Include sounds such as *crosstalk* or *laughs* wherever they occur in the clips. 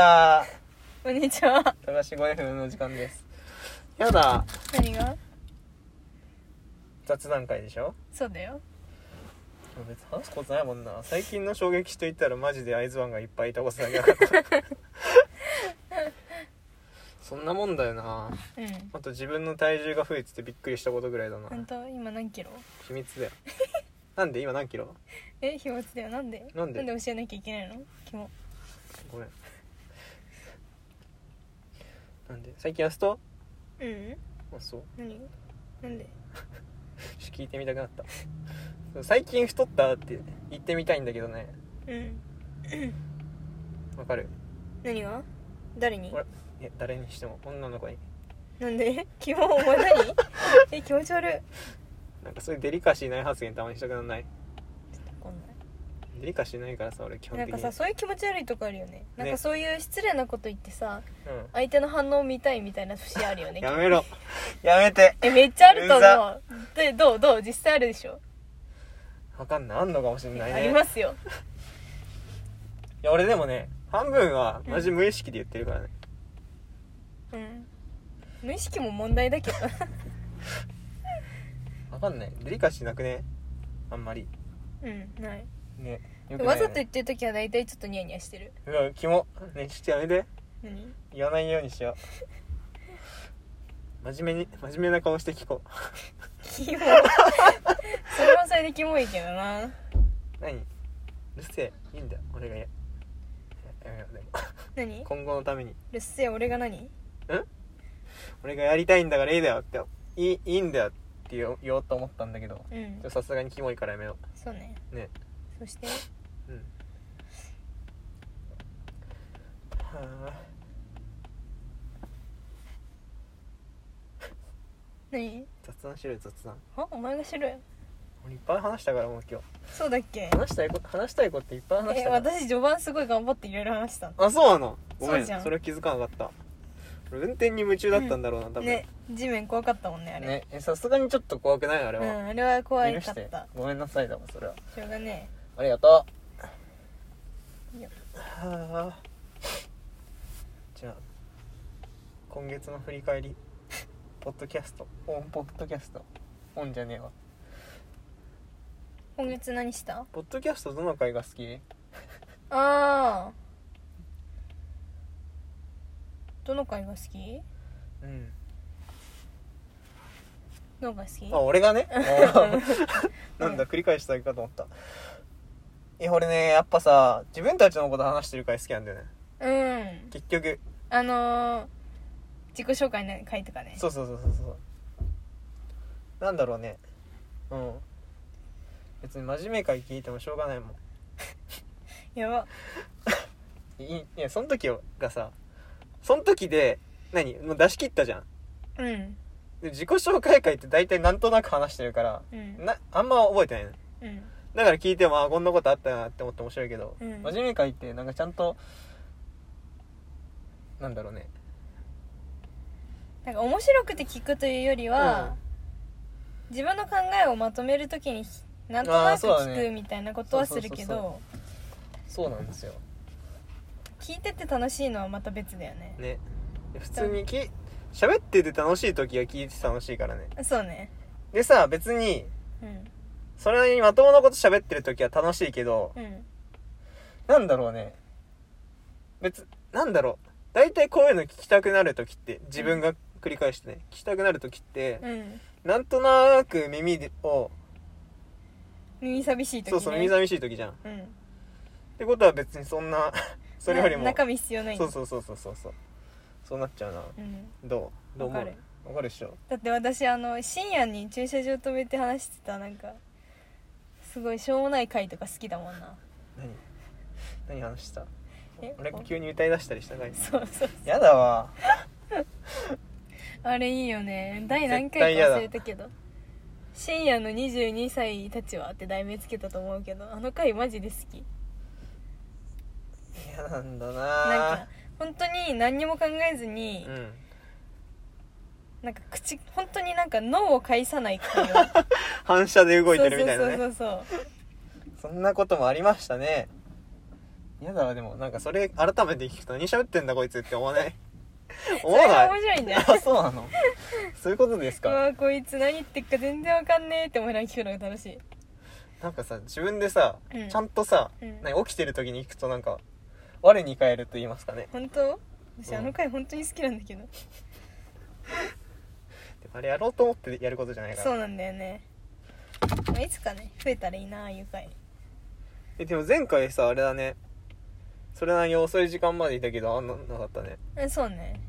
あこんにちは。ー、高橋5 f の時間です。やだ、何が雑談会でしょそうだよ。別に話すことないもんな。最近の衝撃と言ったらマジでアイズワンがいっぱいいたことだけなかった。そんなもんだよな。うん。あと自分の体重が増えててびっくりしたことぐらいだな。本当今何キロ秘密だよ。なんで今何キロえ、秘密だよ。なんでなんで教えなきゃいけないのキモ。ごめん。なんで最近痩せたうんあ、そう。何なんでちょっと聞いてみたくなった。最近太ったって言ってみたいんだけどね。うん。わかる何が誰に俺いや誰にしても女の子になん *laughs* でキモ、お前何え、気持ち悪い。なんかそういうデリカシーない発言たまにしたくなんないわかんないデリカシーないからさ俺基本な的んにかさそういう気持ち悪いとこあるよねなんねかそういう失礼なこと言ってさうん相手の反応を見たいみたいな節あるよねやめろやめてえめっちゃあるとうざ思うでどうどう実際あるでしょ、わかんないあんのかもしんないあねりますよいや俺でもね半分はマジ無意識で言ってるからね、うん無意識も問題だけどわかんないデリカシーなくねあんまり *laughs* うんないねよくないわざよと言ねってる時は大体ちょっとニヤニヤしてるうわキモねちょっとやめて何言わないようにしよう真面目に真面目な顔して聞こキ *laughs* モそれはそれでキモいけどなう何うるせえいいんだよ俺がややめようでも何う今後のためにるせえ俺が何俺がやりたいんだからいいだよっていいいいんだよって言おう言おうと思ったんだけどちょうんっとさすがにキモいからやめよそうねうねそしてうんはあ何雑談しろよ雑談あお前が知る俺いっぱい話したからもう今日そうだっけ話したいこと話したいことっていっぱい話しえたから私序盤すごい頑張っていろいろ話したのあそうなのごめそうんじゃんそれは気づかなかった俺運転に夢中だったんだろうな、多分ね地面怖かったもんねあれねえさすがにちょっと怖くないあれうんは、あれは怖い許かしってたごめんなさいだもんそれはしょうがねありがとういいよはあじゃあ今月の振り返りポッドキャストオンポッドキャストオンじゃねえわえ今月何したポッドキャストどの回が好きああどの回が好きうんどの回好きあ俺がね *laughs* なんだ繰り返したいかと思ったいや俺ねやっぱさ自分たちのこと話してる回好きなんだよねうん結局あのー、自己紹介の回とかねそうそうそうそうそうなんだろうねうん別に真面目回聞いてもしょうがないもんやばいいやその時がさその時で何もう出し切ったじゃんうんで自己紹介会って大体なんとなく話してるからうんなあんま覚えてないのうんだから聞いてもあこんなことあったなって思って面白いけど、うん真面目会ってなんかちゃんとなんだろうねなんか面白くて聞くというよりは、自分の考えをまとめるときになんとあなーくそうだね聞くみたいなことはするけそうそどそうなんですよ聞いてて楽しいのはまた別だよねねで普通にき喋ってて楽しい時が聞いてて楽しいからねそうねでさ別にうんそれなりにまともなこと喋ってる時は楽しいけど、うんなんだろうね。別、なんだろう。大体こういうの聞きたくなるときって、自分が繰り返してね、聞きたくなるときって、うんなんとなく耳でを、耳寂しい時、ね、そうそう、耳寂しいときじゃん。っうんてことは別にそん *laughs* な、それよりも、な中身必要ないんだそうそうそうそうそうそう。そうなっちゃうな。うんどうどう思うわかるわかるっしょだって私あの深夜に駐車場止めて話してたなんかすごいしょうもない回とか好きだもんな何何話したえ俺急に歌い出したりしたかいそうそうやだわ。あれいいよね第何絶対回か嫌だ忘れたけど「深夜の22歳たちは」って題名つけたと思うけどあの回マジで好き嫌なんだなんなか本当に何にも考えずに、うん。なんか口本当になんか脳を介さないっていう反射で動いてるみたいなね。そうそうそうそうそんなこともありましたね。嫌だわでもなんかそれ改めて聞くと何喋ってんだこいつって思わ *laughs* ないそ思われがな面い白いんだよあそうなの *laughs* そういうことですうかわこいつ何言ってっか全然わかんねえって思いながら聞くのが楽しいなんかさ自分でさ、うんちゃんとさ、うん何起きてる時に聞くとなんか我に返ると言いますかね本当私うんあの回本当に好きなんだけど、でもあれやろうと思ってやることじゃないからそうなんだよね、まあ、いつかね増えたらいいなああいう回えでも前回さあれだねそれなりに遅い時間までいたけどあんななかったねうんそうね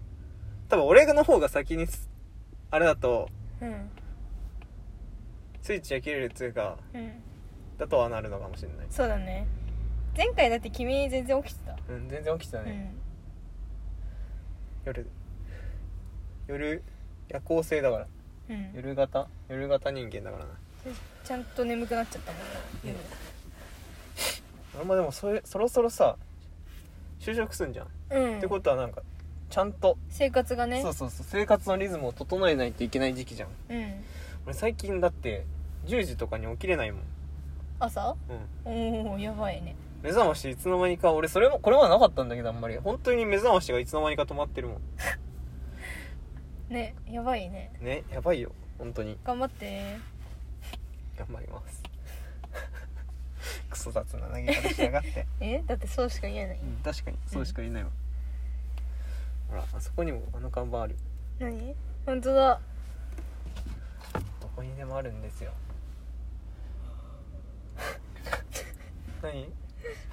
多分俺の方が先にすあれだとうんスイッチが切れるっつうかうんだとはなるのかもしれない、そうだね前回だって君全然起きてた、うん、全然起きてたね、夜夜夜行性だからうんうん夜型夜型人間だからなちゃんと眠くなっちゃったもんね夜俺もでもそれそろそろさ就職すんじゃん、うんってことはなんかちゃんと生活がねそうそうそう生活のリズムを整えないといけない時期じゃんうん俺最近だって10時とかに起きれないもん、朝うん、おおやばいね目覚ましいつの間にか俺それもこれまでなかったんだけどあんまり本当に目覚ましがいつの間にか止まってるもんねやばいねねやばいよ本当に頑張って頑張ります *laughs* クソ雑な投げ方しやがって、えだってそうしか言えないうん、確かにそうしか言えないわ、ほらあそこにもあの看板ある何本当だどこにでもあるんですよ *laughs* 何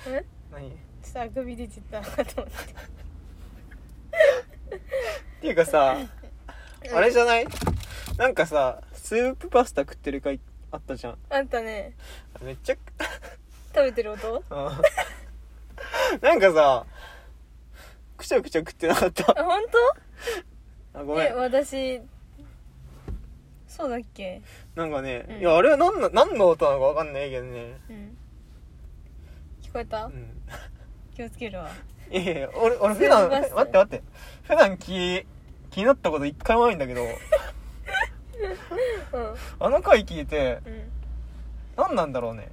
え何っちょっとあくび出ちゃったかと思ってていうかさあれじゃないなんかさスープパスタ食ってる回あったじゃんあんたねめっちゃ食べてる音あー *laughs* なんかさくちゃくちゃ食ってなかったあ本あご当めえん私そうだっけなんかね、うんいやあれは何の何の音なのかわかんないけどねうん聞こえた、うん気をつけるわいやいや俺俺普段すい待ませんって待って普段気気になったこと一回もないんだ *laughs* けどうんあの回聞いてうん何なんだろうね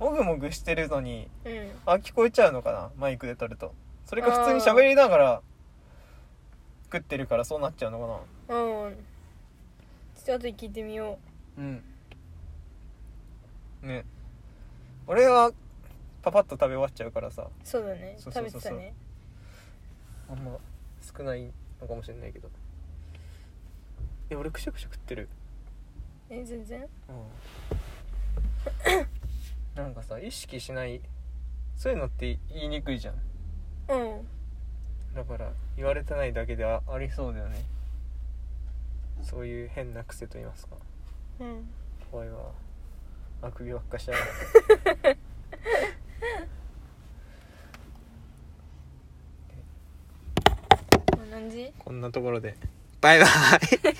もぐもぐしてるのにうんあ聞こえちゃうのかなマイクで撮るとそれか普通に喋りながら食ってるからそうなっちゃうのかうんちょっと後で聞いてみよなうんね俺はパパッと食べ終わっちゃうからさうそうだねそうそうそうそう食べてたねあんま少ないのかもしれないけどえ俺くしゃくしゃ食ってるえ全然うんなんかさ意識しないそういうのって言いにくいじゃんうんだから言われてないだけであありそうだよねそういう変な癖と言いますかうん怖いわあくびばっかしちゃう何時こんなところでバイバイ